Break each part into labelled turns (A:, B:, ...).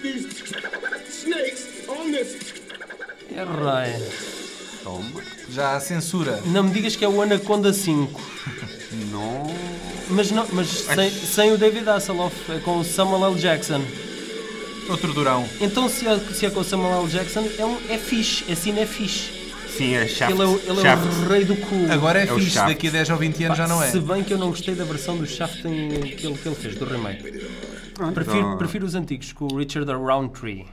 A: these
B: É,
A: snakes on this.
C: É raia.
D: Toma. Já há censura.
C: Não me digas que é o Anaconda 5.
D: Não.
C: Mas, não, mas sem, sem o David Hasselhoff, é com o Samuel L. Jackson.
D: Outro durão.
C: Então, se é, se é com o Samuel L. Jackson, é, um, é fixe. É cine é fixe.
B: Sim, é Shaft.
C: Ele é, o- ele é
B: Shaft.
C: o rei do cu.
D: Agora é,
B: É o
D: fixe,
B: Shaft.
D: daqui a 10 ou 20 anos já não é.
C: Se bem que eu não gostei da versão do Shaft em- que ele, que ele fez, do remake. Prefiro, prefiro os antigos, com o Richard Roundtree.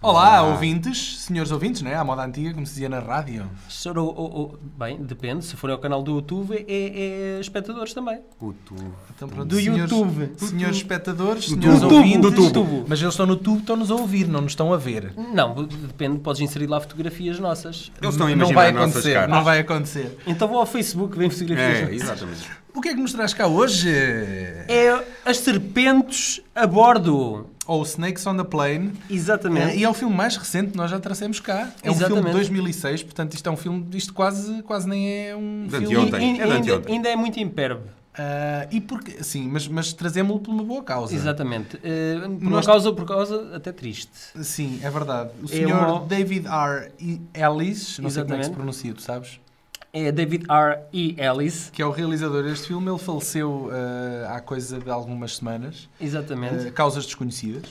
D: Olá, ouvintes, senhores ouvintes, não é? À moda antiga, como se dizia na rádio.
C: Senhor, ou- ou- ou- bem, depende. Se forem ao canal do YouTube, é, é espectadores também.
B: O tubo.
D: Então, pronto,
C: Do
D: senhores-
C: YouTube.
D: Senhores espectadores, senhores
C: tubo,
D: ouvintes.
C: do tubo.
D: Mas eles estão no tubo, estão-nos a ouvir, não nos estão a ver.
C: Não, depende. Podes inserir lá fotografias nossas.
B: Eles estão a
D: não
B: imaginar
D: vai
B: as nossas
D: acontecer,
B: caras.
D: não vai acontecer.
C: Então vou ao Facebook ver fotografias
B: É,
C: nossas.
B: exatamente.
D: O que é que nos traz cá hoje?
C: É as serpentes a bordo.
D: Ou Snakes on the Plane.
C: Exatamente.
D: E é o filme mais recente que nós já trouxemos cá. É um filme de
C: Exatamente.
D: 2006, portanto isto é um filme, isto quase, quase nem é um
B: De
D: filme.
B: anteontem. ontem. É de
C: ainda,
B: anteontem.
C: ainda é muito imperbe.
D: Ah, e porque, sim, mas, mas trazemos-lo por uma boa causa.
C: Exatamente. Eh, por, uma
D: Nós-
C: causa, por causa até triste.
D: Sim, é verdade. O
C: É
D: senhor
C: uma-
D: David R. E. Ellis, não sei como é que
C: Exatamente.
D: se pronuncia, tu sabes?
C: É David R. E. Ellis.
D: Que é o realizador deste filme. Ele faleceu ah, há coisa de algumas semanas,
C: Exatamente.
D: ah, causas desconhecidas.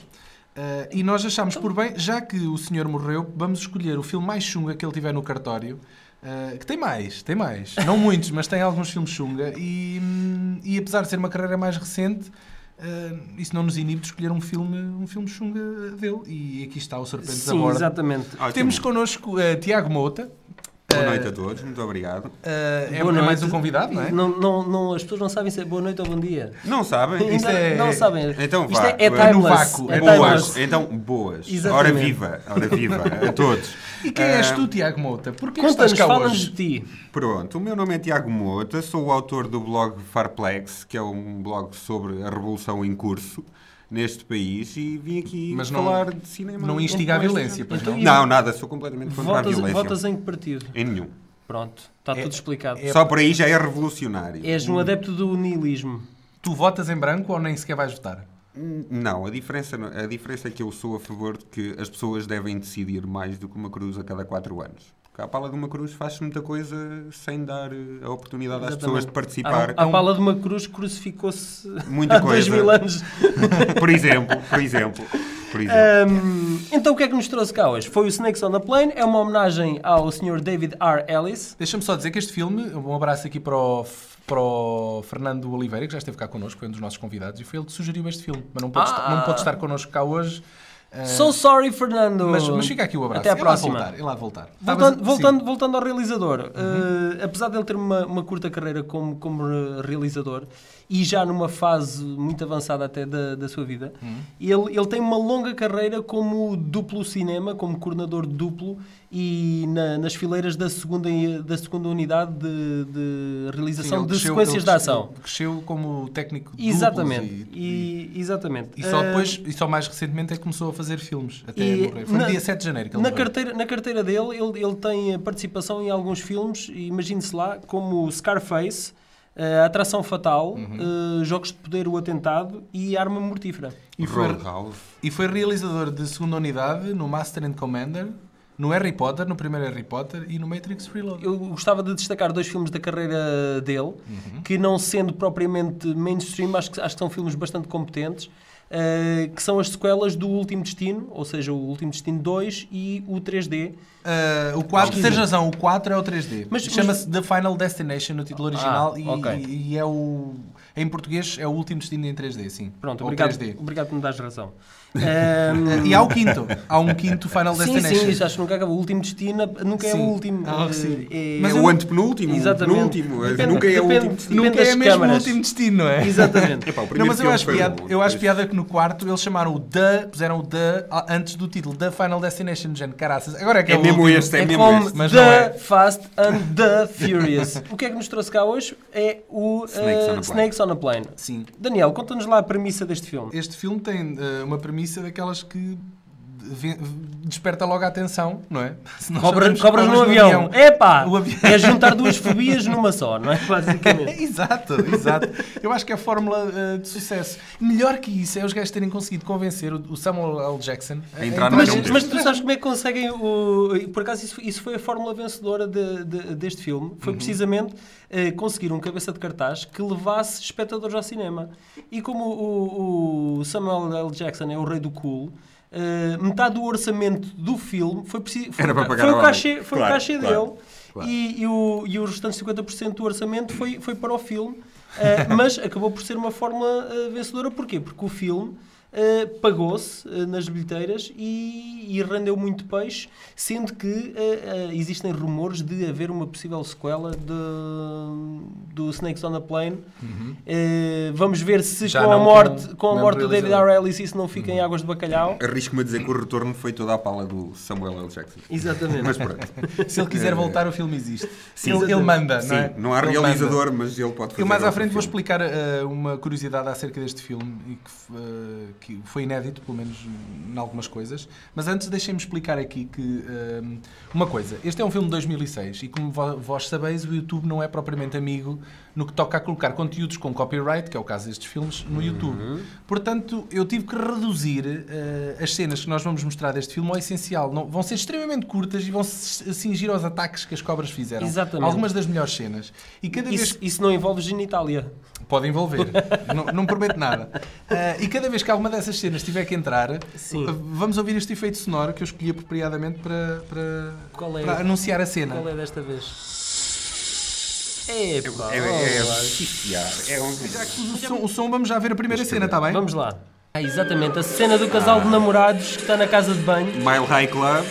D: Ah, e nós achámos por bem, já que o senhor morreu, vamos escolher o filme mais chunga que ele tiver no cartório. ah, que tem mais, tem mais. Não muitos, mas tem alguns filmes chunga. E, hum, e apesar de ser uma carreira mais recente, ah, isso não nos inibe de escolher um filme, um filme chunga dele. E aqui está o Serpentes a
C: Sim,
D: Bordo. Ah,
C: exatamente.
B: Ótimo.
D: Temos connosco eh, Tiago Mouta.
B: Boa noite a todos, muito obrigado.
D: Eh, é
C: Boa
D: mais
C: noite.
D: um convidado, não é?
C: Não, não, não, as pessoas não sabem se é boa noite ou bom dia.
B: Não sabem?
C: Ainda
D: é-
C: não sabem.
B: Então
C: Isto
B: vá,
C: é, é
B: vai
D: no
C: timeless.
D: vácuo,
C: É
D: é
B: Boas,
C: timeless.
B: então boas.
C: Exatamente.
B: Ora viva, ora viva a todos.
D: E quem és tu, Tiago Mouta? Porquê que
C: Eh, Conta-nos,
D: estás cá
C: fala-nos
D: hoje?
C: de ti.
B: Pronto, o meu nome é Tiago Mota, sou o autor do blog Farplex, que é um blog sobre a revolução em curso neste país e vim aqui
D: Mas não-
B: falar de cinema.
D: Não instiga a
B: Então,
D: violência, pois
C: Então,
D: não?
C: e-
B: Não, nada, sou completamente contra a
C: Votas,
B: violência.
C: votas em que partido?
B: Em nenhum.
C: Pronto, está
D: É
C: tudo explicado.
B: Só por aí já é revolucionário.
C: És um adepto do niilismo.
D: Tu votas em branco ou nem sequer vais votar?
B: Hum, Não, a diferença, não- a diferença é que eu sou a favor de que as pessoas devem decidir mais do que uma cruz a cada quatro anos. Porque à pala de uma cruz faz-se muita coisa sem dar eh, a oportunidade às
C: Exatamente. Ah,
B: pessoas de participar.
D: um-
C: A, a pala de uma cruz crucificou-se
B: Muita
C: há dois
B: coisa.
C: mil anos.
B: Por exemplo, por exemplo, por
D: Eh,
B: exemplo.
C: Ahm, então o que é que nos trouxe cá hoje? Foi o Snakes on the Plane, é uma homenagem ao Sr. David R. Ellis.
D: Deixa-me só dizer que este filme, um abraço aqui para o, para o Fernando Oliveira, que já esteve cá connosco, foi um dos nossos convidados, e foi ele que sugeriu este filme. Mas não pode,
C: Ah.
D: estar, não pode estar connosco cá hoje. eh,
C: So sorry, Fernando.
D: mas, mas fica aqui o abraço.
C: Até à
D: Ele há de
C: próxima.
D: voltar, Ele há de voltar. Estavas
C: Voltando,
D: a-
C: voltando, voltando ao realizador, eh, apesar dele ter uma, uma curta carreira como, como eh, realizador e já numa fase muito avançada até da, da sua vida, ele, ele tem uma longa carreira como duplo cinema, como coordenador duplo e na- nas fileiras da segunda, da segunda unidade de, de
D: sim,
C: realização
D: ele
C: de
D: cresceu-
C: sequências
D: ele
C: de ação.
D: cresceu- Cresceu como técnico de
C: Exatamente.
D: duplos e-
C: E, exatamente.
D: E só
C: Eh,
D: depois, e só mais recentemente é que começou a fazer filmes, até
C: E
D: morrer. Foi
C: na-
D: no dia 7 de janeiro que ele
C: Na
D: morreu.
C: carteira, na carteira dele, ele, ele tem eh, participação em alguns filmes, e imagine-se lá, como Scarface, eh, Atração Fatal, eh, Jogos de Poder, O Atentado e Arma Mortífera.
D: E foi,
B: Roadhouse.
D: e foi realizador de segunda unidade no Master and Commander, no Harry Potter, no primeiro Harry Potter e no Matrix Reloaded.
C: Eu gostava de destacar dois filmes da carreira dele, que não sendo propriamente mainstream, acho que, acho que são filmes bastante competentes, eh, que são as sequelas do Último Destino, ou seja, o Último Destino 2 e o 3D.
D: Ah, o 4, tens razão, o 4 é o 3D.
C: Mas-
D: Chama-se The Final Destination no título original
C: Ah,
D: e,
C: ok.
D: e é o. Em português é o último destino em 3D, sim.
C: Pronto,
D: Ou
C: obrigado,
D: 3D.
C: obrigado por me dares razão. Ahm,
D: E há o quinto. Há um quinto Final
C: Sim,
D: Destination.
C: sim, isso acho que nunca acaba. O último destino nunca é o
D: Sim.
C: último.
D: Ah,
C: Eh,
D: sim.
C: é-
B: Mas
C: é
B: o antepenúltimo, o
C: Exatamente.
B: penúltimo,
C: Depende-
B: nunca é o
C: depende-
B: último destino.
C: depende
D: Nunca é
C: das
D: mesmo o
C: câmaras.
D: último destino, não é?
C: Exatamente.
B: Epá, o
D: Não,
B: primeiro
D: mas eu
B: filme
D: acho,
B: foi
D: piada,
B: o-
D: eu acho piada que no quarto eles chamaram o The, puseram o The a- antes do título, The Final Destination, gente, caraças. Agora é que é,
B: É
D: o
B: mesmo
D: último.
B: este, é
C: É
B: mesmo
C: como
B: este.
D: mas não
C: The
D: é.
C: Fast and the Furious. O que é que nos trouxe cá hoje é o eh,
B: Snakes on a Plane.
C: Snakes on a Plane.
D: Sim.
C: Daniel, conta-nos lá a premissa deste filme.
D: Este filme tem eh, uma premissa daquelas que ve- desperta logo a atenção, não é? Se nós
C: Cobra,
D: sabemos que
C: cobras no avião. Epá!
D: O avião.
C: É juntar duas fobias numa só, não é? Basicamente.
D: exato, exato. Eu acho que é a fórmula eh, de sucesso. Melhor que isso é os gajos terem conseguido convencer o, o Samuel L. Jackson
B: A entrar no
C: Mas,
B: Não, não.
C: mas tu sabes como é que conseguem o. e Por acaso, isso, isso foi a fórmula vencedora de- de- deste filme.
B: Uhum.
C: Foi precisamente eh, conseguir um cabeça de cartaz que levasse espectadores ao cinema. E como o, o Samuel L. Jackson é o rei do cool. eh, metade do orçamento do filme foi, preciso, foi,
B: Era para
C: o ca-
B: pagar
C: foi o
B: ao homem.
C: cachê, foi
B: Claro,
C: o cachê
B: claro,
C: dele
B: claro.
C: E, e o, e o restante 50% do orçamento foi, foi para o filme, eh, mas acabou por ser uma fórmula eh, vencedora. Porquê? Porque o filme eh, pagou-se eh, nas bilheteiras e, e rendeu muito peixe, sendo que eh, eh, existem rumores de haver uma possível sequela de, do Snakes on a Plane.
B: Uhum.
C: Eh, vamos ver se
D: Já
C: com a
D: não
C: morte,
D: com-
C: com a
D: não
C: morte do David
D: realizador.
C: Arellis isso não fica em
B: Uhum.
C: águas de bacalhau.
B: Arrisco-me a dizer que o retorno foi toda a pala do Samuel L. Jackson.
C: Exatamente.
B: Mas pronto.
D: Se ele quiser voltar, o filme existe.
B: É. Sim.
D: ele, ele manda,
B: Sim,
D: não é?
B: não há
D: Ele
B: realizador,
D: manda.
B: mas ele pode fazer.
D: Eu mais à
B: outro
D: frente vou
B: filme.
D: explicar eh, uma curiosidade acerca deste filme e que, f- eh, que foi inédito, pelo menos em algumas coisas. Mas antes deixem-me explicar aqui que eh, uma coisa. Este é um filme de 2006 e como vo- vós sabeis, o YouTube não é propriamente amigo no que toca a colocar conteúdos com copyright, que é o caso destes filmes,
B: Uhum.
D: no YouTube. Portanto, eu tive que reduzir eh, as cenas que nós vamos mostrar deste filme ao essencial. Não, vão ser extremamente curtas e vão se cingir aos ataques que as cobras fizeram.
C: Exatamente.
D: Algumas das melhores cenas. E cada vez
C: Isso, isso não envolve genitália.
D: Pode envolver, não, não prometo nada. Ah, e cada vez que alguma dessas cenas tiver que entrar,
C: Sim.
D: ah, vamos ouvir este efeito sonoro que eu escolhi apropriadamente para, para,
C: Qual é?
D: para anunciar a cena.
C: Qual é desta vez? Epá,
B: É, é, é, viciar. é um.
D: O, som, o som, vamos já ver a primeira cena, está bem?
C: Vamos lá. Ah, exatamente, a cena do casal de namorados que está na casa de banho.
B: Mile High Club.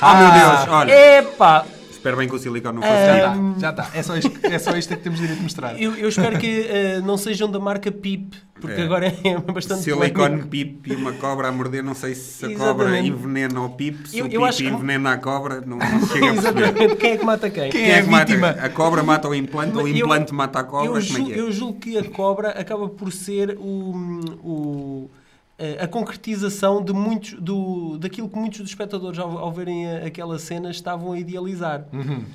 B: Ah, meu Deus, olha.
C: É. Epá!
B: Espero bem que o Silicon não
D: Já
B: fosse.
D: está, já está. É só isto, é só isto é que temos direito de mostrar.
C: Eu, eu espero que eh, não sejam da marca PIP, porque
B: É.
C: agora é bastante
B: Silicone,
C: polémico.
B: pipe e uma cobra a morder, não sei se a
C: Exatamente.
B: cobra envenena o pipe, se
C: Eu-
B: o
C: eu
B: pipe
C: acho que-
B: envenena a cobra, não não chega a perceber.
C: Exatamente, quem é que mata quem?
D: Quem é a
B: que mata?
D: vítima?
B: A cobra mata o implante ou o
C: Eu-
B: implante mata a cobra?
C: Eu,
B: Como é
C: julgo,
B: que é?
C: eu julgo que a cobra acaba por ser o, o- eh, a- a concretização de muitos, do, daquilo que muitos dos espectadores, ao, ao verem a- aquela cena, estavam a idealizar.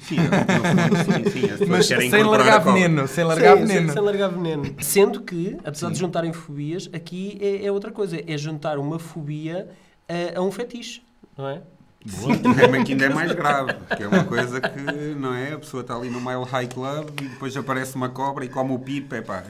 B: Sim, eu- sim, sim, as pessoas
D: Mas
B: querem
D: sem
B: incorporar a
D: largar
B: cobra.
D: veneno, sem largar
C: Sim,
D: veneno.
C: Sem, sem largar veneno. Sendo que, apesar de juntarem fobias, aqui é, é outra coisa. É juntar uma fobia a, a um fetiche, não é?
B: É, mas que ainda é mais grave, que é uma coisa que, não é? A pessoa está ali no Mile High Club e depois aparece uma cobra e come o pipo, é pá,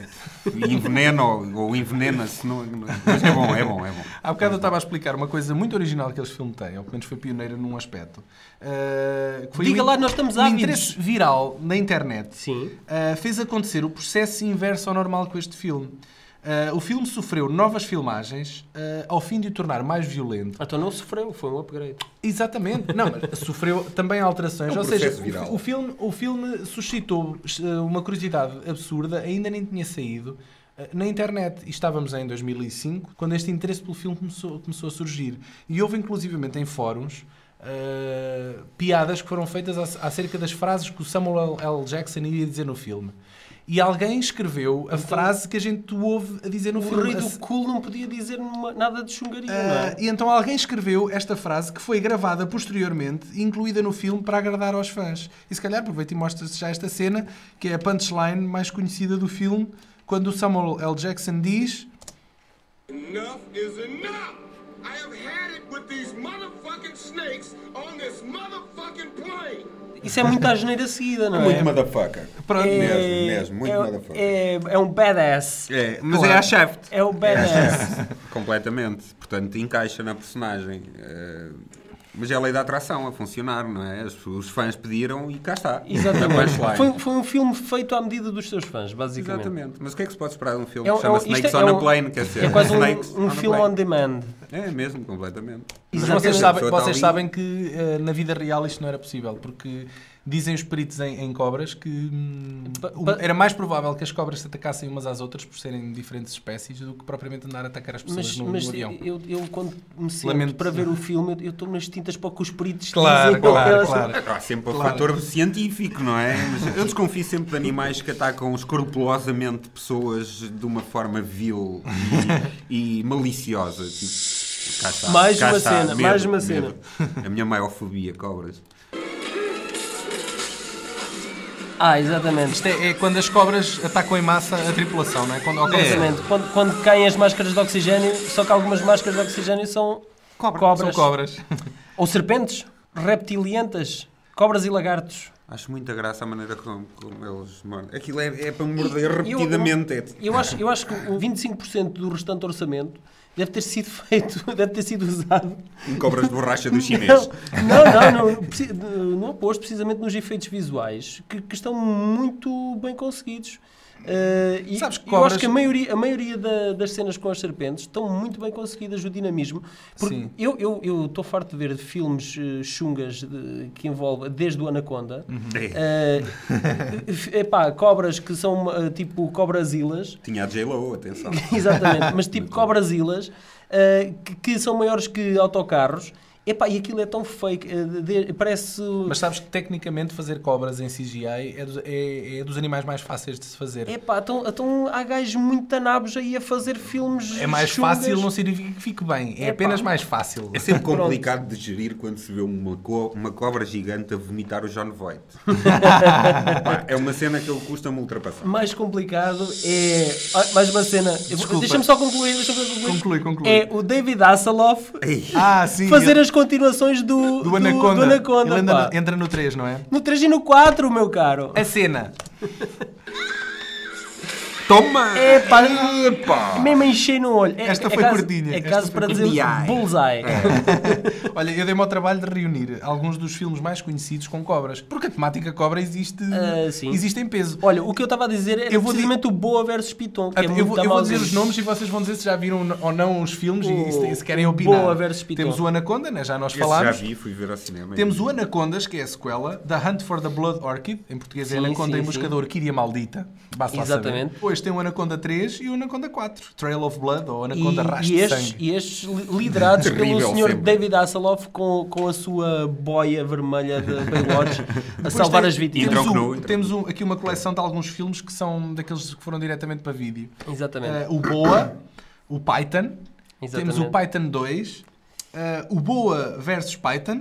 B: e envenena ou, ou envenena-se. não- não- Mas é bom, é bom, é bom.
D: Há bocado eu estava a explicar uma coisa muito original que eles filme têm, ou pelo menos foi pioneira num aspecto. ah, que foi
C: Diga
D: o-
C: lá, nós estamos
D: O
C: ávidos.
D: interesse viral na internet
C: Sim.
D: Uh, fez acontecer o processo inverso ao normal com este filme. Uh, o filme sofreu novas filmagens uh, ao fim de o tornar mais violento.
C: Então não sofreu, foi um upgrade.
D: Exatamente. Não, mas sofreu também alterações.
B: É um
D: Ou seja,
B: processo viral.
D: o, o filme, o filme suscitou uh, uma curiosidade absurda, ainda nem tinha saído uh, na internet. E estávamos em 2005, quando este interesse pelo filme começou, começou a surgir. E houve inclusivamente em fóruns uh, piadas que foram feitas ac- acerca das frases que o Samuel L. Jackson iria dizer no filme. E alguém escreveu a
B: Então,
D: frase que a gente ouve a dizer no
C: O
D: filme.
C: rei
D: A
C: do
D: se-
C: cool não podia dizer numa- nada de chungaria, não
D: ah,
C: é?
D: e então alguém escreveu esta frase que foi gravada posteriormente, e incluída no filme para agradar aos fãs. E se calhar aproveito e mostro-se já esta cena, que é a punchline mais conhecida do filme, quando o Samuel L. Jackson diz.
A: Enough is enough. I have had it with these motherfucking snakes on this motherfucking plane.
C: Isso é muita asneira seguida, não é?
B: Muito motherfucker.
D: Pronto,
C: é,
B: mesmo, mesmo, muito
C: é-
B: motherfucker.
C: é, é um badass.
B: É, mas é a chefe.
C: É o badass.
B: É. Completamente. Portanto, encaixa na personagem. Eh, Mas é a lei da atração a funcionar, não é? As- Os fãs pediram e cá está. A punchline.
C: Exatamente. Foi, foi um filme feito à medida dos seus fãs, basicamente.
B: Exatamente. Mas o que é que se pode esperar de um filme
C: É um-
B: que se chama
C: é um- isto
B: Snakes
C: é-
B: on
C: é
B: a
C: um-
B: Plane? Quer dizer,
C: É quase um,
B: Snakes
C: um
B: on a
C: filme on
B: Plane.
C: demand.
B: É mesmo, completamente.
D: Mas
C: Exatamente.
D: vocês
B: A
D: sabem,
B: pessoa está
D: vocês
B: ali-
D: sabem que eh, na vida real isto não era possível, porque dizem os peritos em, em cobras que hum,
C: Pa-
D: o-
C: pa-
D: era mais provável que as cobras se atacassem umas às outras por serem diferentes espécies do que propriamente andar a atacar as pessoas
C: Mas,
D: no,
C: mas
D: no avião.
C: eu, eu quando me sinto
D: Lamento.
C: para ver o filme, eu- eu estou nas tintas para o que os peritos
D: Claro,
C: dizem.
D: claro,
C: Elas-
D: claro.
B: Há sempre o
D: Claro.
B: fator científico, não é? Mas eu desconfio sempre de animais que atacam escrupulosamente pessoas de uma forma vil e, e maliciosa. Tipo, Cá está,
C: Mais
B: cá
C: uma
B: está,
C: cena,
B: medo,
C: mais uma
B: medo. A minha maior fobia, cobras.
C: Ah, exatamente.
D: Isto é, é quando as cobras atacam em massa a tripulação, não é? Quando, ao
B: É.
D: começar-
C: Exatamente. Quando, quando caem as máscaras de oxigênio, só que algumas máscaras de oxigênio são
D: São
C: cobras.
D: cobras.
C: Ou serpentes, reptilientas, cobras e lagartos.
B: Acho muita graça a maneira como, como eles mordem. Aquilo é, é para morder repetidamente. é-
C: Eu, acho, eu acho que o 25% do restante orçamento deve ter sido feito, deve ter sido usado.
B: em cobras de borracha do chinês.
C: Não, não, não. preci- No oposto, precisamente nos efeitos visuais, que, que estão muito bem conseguidos. Eh, e
D: Sabes que
C: eu
D: cobras-
C: acho que a maioria, a maioria da- das cenas com as serpentes estão muito bem conseguidas, o dinamismo. Porque
D: Sim.
C: eu estou eu, estou farto de ver filmes eh, chungas de- que envolvem, desde o Anaconda,
D: Uhum.
B: É.
C: eh, f- epá, cobras que são eh, tipo cobrasilas,
B: Tinha a J-Lo, atenção.
C: Exatamente, mas tipo cobrasilas eh, que, que são maiores que autocarros. Epá, e aquilo é tão fake, eh, de- parece.
D: Mas sabes que tecnicamente fazer cobras em CGI é dos, é- é dos animais mais fáceis de se fazer.
C: Epá, então, então há gajos muito tanabos aí a fazer filmes.
D: É mais
C: chungas.
D: fácil, não significa que fique bem. É
C: Epá.
D: apenas mais fácil.
B: É sempre complicado de gerir quando se vê uma, co- uma cobra gigante a vomitar o John Voight. Pá, é uma cena que ele custa-me ultrapassar.
C: Mais complicado é. Ah, mais uma cena. Eu vou-
D: Desculpa.
C: Deixa-me só concluir. Deixa-me só concluir.
D: Conclui, conclui.
C: É o David Hasselhoff
B: Ei,
D: Ah, sim.
C: fazer
D: ele-
C: as continuações do,
D: do, Anaconda.
C: do Anaconda,
D: Ele
C: pá.
D: anda É- no, entra no 3, não é?
C: No 3 e no 4, meu caro.
D: A cena.
B: toma!
C: Epá.
B: Epá!
C: Mesmo enchei no olho. É-
D: Esta
C: é
D: foi
C: caso-
D: curtinha.
C: É
D: Esta
C: caso
D: foi É.
C: para dizer
B: curtinha.
C: bullseye.
D: Olha, eu dei-me ao trabalho de reunir alguns dos filmes mais conhecidos com cobras. Porque a temática cobra existe,
C: Ah, sim.
D: existe em peso.
C: Olha, o que eu estava a dizer era
D: Eu vou
C: precisamente o Boa versus Piton, que é
D: eu,
C: muito
D: vou,
C: da
D: eu vou dizer
C: maldade.
D: os nomes e vocês vão dizer se já viram ou não os filmes e se, se querem
C: O
D: opinar.
C: Oh, Boa versus Piton.
D: Temos o Anaconda, né? já nós
B: Esse já
D: falámos.
B: vi, fui ver ao cinema.
D: Temos o Anacondas, que é a sequela, da Hunt for the Blood Orchid, em português é
C: Sim,
D: Anaconda
C: sim,
D: em busca
C: sim.
D: da Orquídea Maldita. Basta lá
C: Exatamente.
D: saber. Depois tem o Anaconda 3 e o Anaconda 4, Trail of Blood ou
C: E-
D: Anaconda Rastro
C: e
D: de
C: estes,
D: Sangue.
C: e estes li- liderados pelo
B: Terrível
C: senhor
B: sempre.
C: David Hasselhoff com, com a sua boia vermelha de Baywatch a salvar
D: tem-
C: as vítimas.
B: Hidro-
D: Temos,
B: Hidrocru,
D: um- temos um- aqui uma coleção de alguns filmes que são daqueles que foram diretamente para vídeo.
C: Exatamente.
B: É.
D: Eh, o Boa, o Python,
C: Exatamente.
D: temos o Python 2, eh, o Boa versus Python,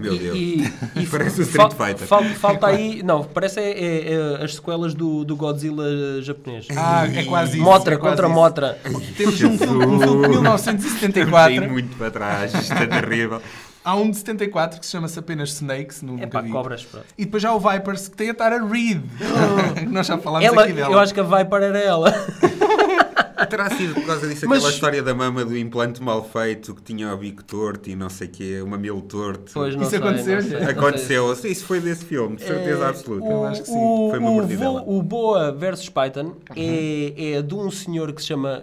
B: Meu Deus.
C: E, e-
B: Parece o
C: fal-
B: Street Fighter.
C: fal- falta aí, não, parece é, é- é as sequelas do, do Godzilla japonês.
D: ah, é quase isso.
C: Motra
D: é quase
C: contra
D: isso.
C: Motra.
D: Temos um filme, um filme
B: Estamos
D: de
B: aí
D: 1974.
B: muito para trás, isto é terrível.
D: Há um de 74 que se chama-se apenas Snakes, no
C: É pá, cobras, pronto.
D: E depois já há o Vipers que tem a Tara Reid. que Nós já falámos
C: Ela,
D: aqui dela.
C: eu acho que a Viper era ela.
B: Terá sido por causa disso
C: Mas-
B: aquela história da mama do implante mal feito que tinha o bico torto e não sei o quê, o mamilo torto.
C: Pois, não
D: Isso
C: sei, não
D: aconteceu-lhe?
C: sei, não sei.
B: Aconteceu. Isso foi desse filme, de
C: É.
B: certeza absoluta.
C: Eh, O,
D: acho que sim.
C: o-
B: Foi uma
C: o
B: mordidela.
C: Vo- o Boa versus Python é, é de um senhor que se chama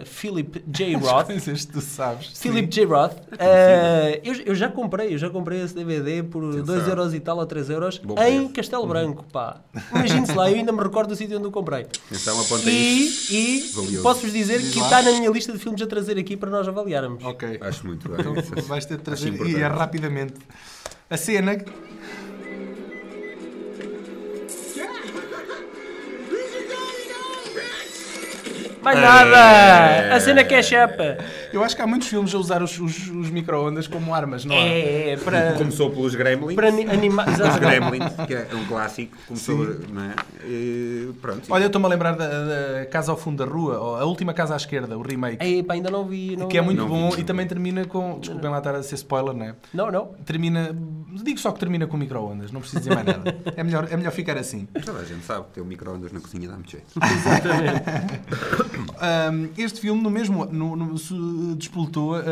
C: Philip J. Roth.
D: Mas este tu sabes.
C: Philip J. Roth. eh, eu, eu já comprei, eu já comprei esse DVD por 2€ euros e tal ou 3€ euros
B: Bom
C: em
B: preço. Uhum.
C: Castelo Branco, pá. Imagine-se lá, eu ainda me recordo do sítio onde o comprei.
B: Então aponta
C: E,
B: isso.
C: e
B: Valioso.
C: posso-vos dizer que
D: lá.
C: está na minha lista de filmes a trazer aqui para nós avaliarmos.
D: Ok.
B: Acho muito bem.
D: Então
B: isso.
D: vais ter de
B: Acho
D: trazer
B: importante.
D: e é rapidamente. A cena.
C: Mais
B: É.
C: nada! A cena que é chapa.
D: Eu acho que há muitos filmes a usar os, os, os micro-ondas como armas, não é?
C: É, é, para,
B: Começou pelos Gremlins.
C: para ani- animar.
B: Os
C: exatamente.
B: Gremlins, que é um clássico. Começou, não é? E, pronto.
D: Olha, eu estou-me a lembrar da, da Casa ao Fundo da Rua, ou A Última Casa à Esquerda, o remake.
C: Ei, pá, ainda não vi. Não
D: Que é muito
B: Não vi,
D: bom
B: não
D: e
B: vi.
D: também termina com. Desculpem lá estar a ser spoiler, não é?
C: Não, não.
D: Termina. Digo só que termina com micro-ondas, não preciso dizer mais nada. É melhor, é melhor ficar assim.
B: toda a gente sabe que ter um micro-ondas na cozinha dá muito jeito.
D: Ah, Ahm, este filme, no mesmo no, no, su- despoletou ah,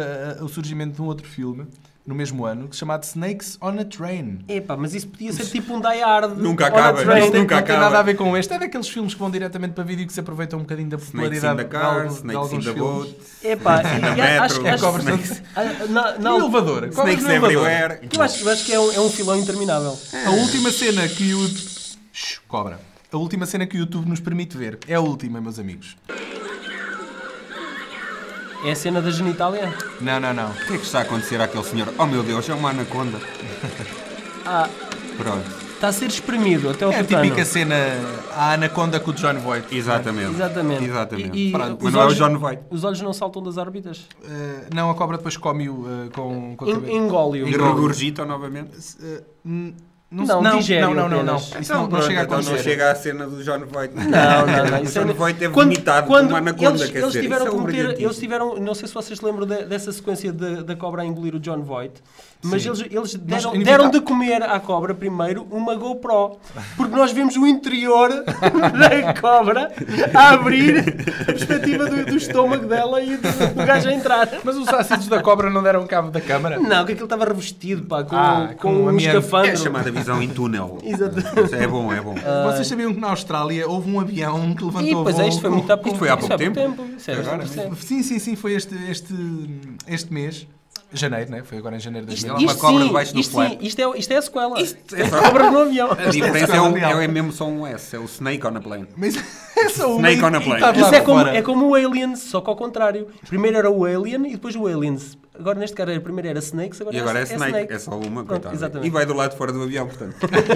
D: ah, o surgimento de um outro filme, no mesmo ano, que se chamava Snakes on a Train.
C: Epá, mas isso podia ser tipo um Die Hard.
B: Nunca
C: on a
B: acaba,
C: train.
B: isto
D: Não tem,
B: nunca
D: não tem
B: acaba.
D: nada a ver com este. É daqueles filmes que vão diretamente para vídeo que se aproveitam um bocadinho da
B: Snakes in
D: popularidade
B: the
D: de
B: car,
D: alguns- de
B: snakes in
D: alguns
B: the
D: filmes.
B: boat,
C: Epá, e-
B: na
C: e a- acho,
B: metro.
C: acho,
D: cobras
C: acho,
B: snakes,
C: ah, na- na-
D: No elevador. cobras
B: snakes
D: no elevador.
B: everywhere.
C: eu acho, eu acho que é um, é um filão interminável.
D: A última cena que o... Shhh, cobra. A última cena que o YouTube nos permite ver. É a última, meus amigos.
C: É a cena da genitália?
D: Não, não, não.
B: O que é que está a acontecer àquele senhor? Oh meu Deus, é uma anaconda.
C: Ah,
B: Pronto.
C: Está a ser espremido até ao
D: É a
C: tutano.
D: típica cena, a Anaconda com o John Voight.
B: Exatamente.
C: Exatamente.
B: Exatamente.
C: E- e
B: Pronto,
C: os
B: mas não é o
C: olhos-
B: John Voight.
C: Os olhos não saltam das órbitas.
D: Eh, não, a cobra depois come-o eh, com, com a
C: En-
D: cabeça.
C: Engole-o.
B: E regurgita novamente.
D: Eh, n-
C: Não, digere
D: não, não, não, não.
C: apenas.
D: Isso não, não chega a
B: então não
D: acontecer.
B: chega à cena do John Voight.
C: Não, não, não.
B: O
C: Isso
B: John
C: é-
B: Voight é
C: Quando-
B: vomitado
C: quando
B: com uma anaconda,
C: eles,
B: quer
C: eles
B: dizer,
C: tiveram
B: isso é
C: que
B: um
C: meter,
B: brilhantismo.
C: eles tiveram, não sei se vocês lembram de- dessa sequência de- da cobra a engolir o John Voight, mas eles, eles deram,
D: inevitável.
C: deram de comer à cobra primeiro uma GoPro, porque nós vemos o interior da cobra a abrir a perspectiva do, do estômago dela e do, do gajo a entrar.
D: Mas os ácidos da cobra não deram cabo da câmara?
C: Não, que aquilo estava revestido, pá, com,
D: Ah,
C: com,
D: com
C: um
D: amianto.
C: escafandro.
B: É chamada visão em túnel.
C: Exatamente.
B: É bom, é bom.
D: Vocês sabiam que na Austrália houve um avião que levantou
C: E pois
D: voo
C: é, isto foi
D: com-
C: muito há pouco,
B: Isto foi há
C: isso
B: pouco tempo?
C: Isso é
B: Agora
C: recente.
B: mesmo.
D: Sim, sim, sim, foi este, este, este mês. Janeiro, né? Foi agora em janeiro de
C: Isto,
D: 2000.
B: uma
C: isto
B: cobra
C: sim,
B: debaixo do
C: isto,
B: flap.
C: sim, isto, é, isto é a sequela. Isto
B: é
C: é
B: só-
C: cobra no avião.
B: A diferença é,
D: escola
B: um,
D: real.
B: é mesmo só um S, é o Snake on a Plane.
D: Mas é só uma
B: Snake on a
D: e- e
B: plane.
D: tá de
C: Isso
D: lá
C: é como,
D: fora.
C: é como o Alien, só que ao contrário. Primeiro era o Alien e depois o Aliens. Agora, neste caso, era- primeiro era Snakes, agora,
B: E agora é
C: S-
B: Snake, é só uma,
C: Pronto,
B: coitada.
C: exatamente.
B: E vai do lado de fora do avião, portanto.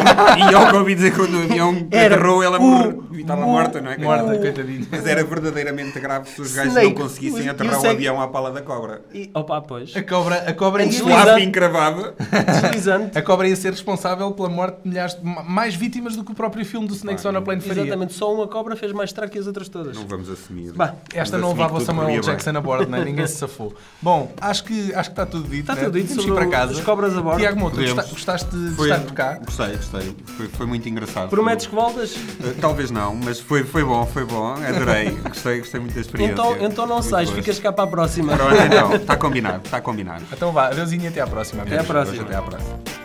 B: e ao que ouvi dizer quando o avião
C: Era
B: aterrou, ela
C: o-
B: morreu. E estava
C: o-
B: morta, não é?
D: Morta,
B: Coitada.
D: coitadinha.
B: Mas era verdadeiramente grave se os gajos não
C: Snake.
B: conseguissem
C: E o
B: aterrar o
C: Snake-
B: avião à pala da cobra.
C: E, opa, pois.
D: A cobra, a cobra
C: É
D: ia-
C: deslizante.
B: Lá encravava.
C: Deslizante.
D: A cobra ia ser responsável pela morte de milhares de ma- mais vítimas do que o próprio filme do Snakes on a Plane faria.
C: Exatamente, só uma cobra fez mais traque que as outras todas.
B: Não vamos assumir.
C: Bah,
D: Esta
B: Vamos
D: não
B: assumir
D: levava o
B: que tudo
D: Samuel
B: corria
D: Jackson a bordo, né? ninguém se safou. Bom, acho que, acho que está tudo dito.
C: Está
D: né?
C: tudo dito
D: Podemos ir
C: sobre
D: para casa.
C: as cobras a bordo.
D: Tiago Mouto,
B: Podemos.
D: gosta- gostaste de
B: Foi-
D: estar por cá?
B: Gostei, gostei. Foi, foi muito engraçado.
C: Prometes que voltas?
B: Eh, Talvez não, mas foi, foi bom, foi bom. Adorei. Gostei, gostei muito da experiência.
C: Então, então não
B: Muito
C: sais,
B: boa.
C: ficas cá para a próxima.
B: Pronto, então. Está combinado, está combinado.
D: Então vá, adeusinho e até à próxima.
C: Até à
D: amigos.
C: próxima.
B: Até à próxima.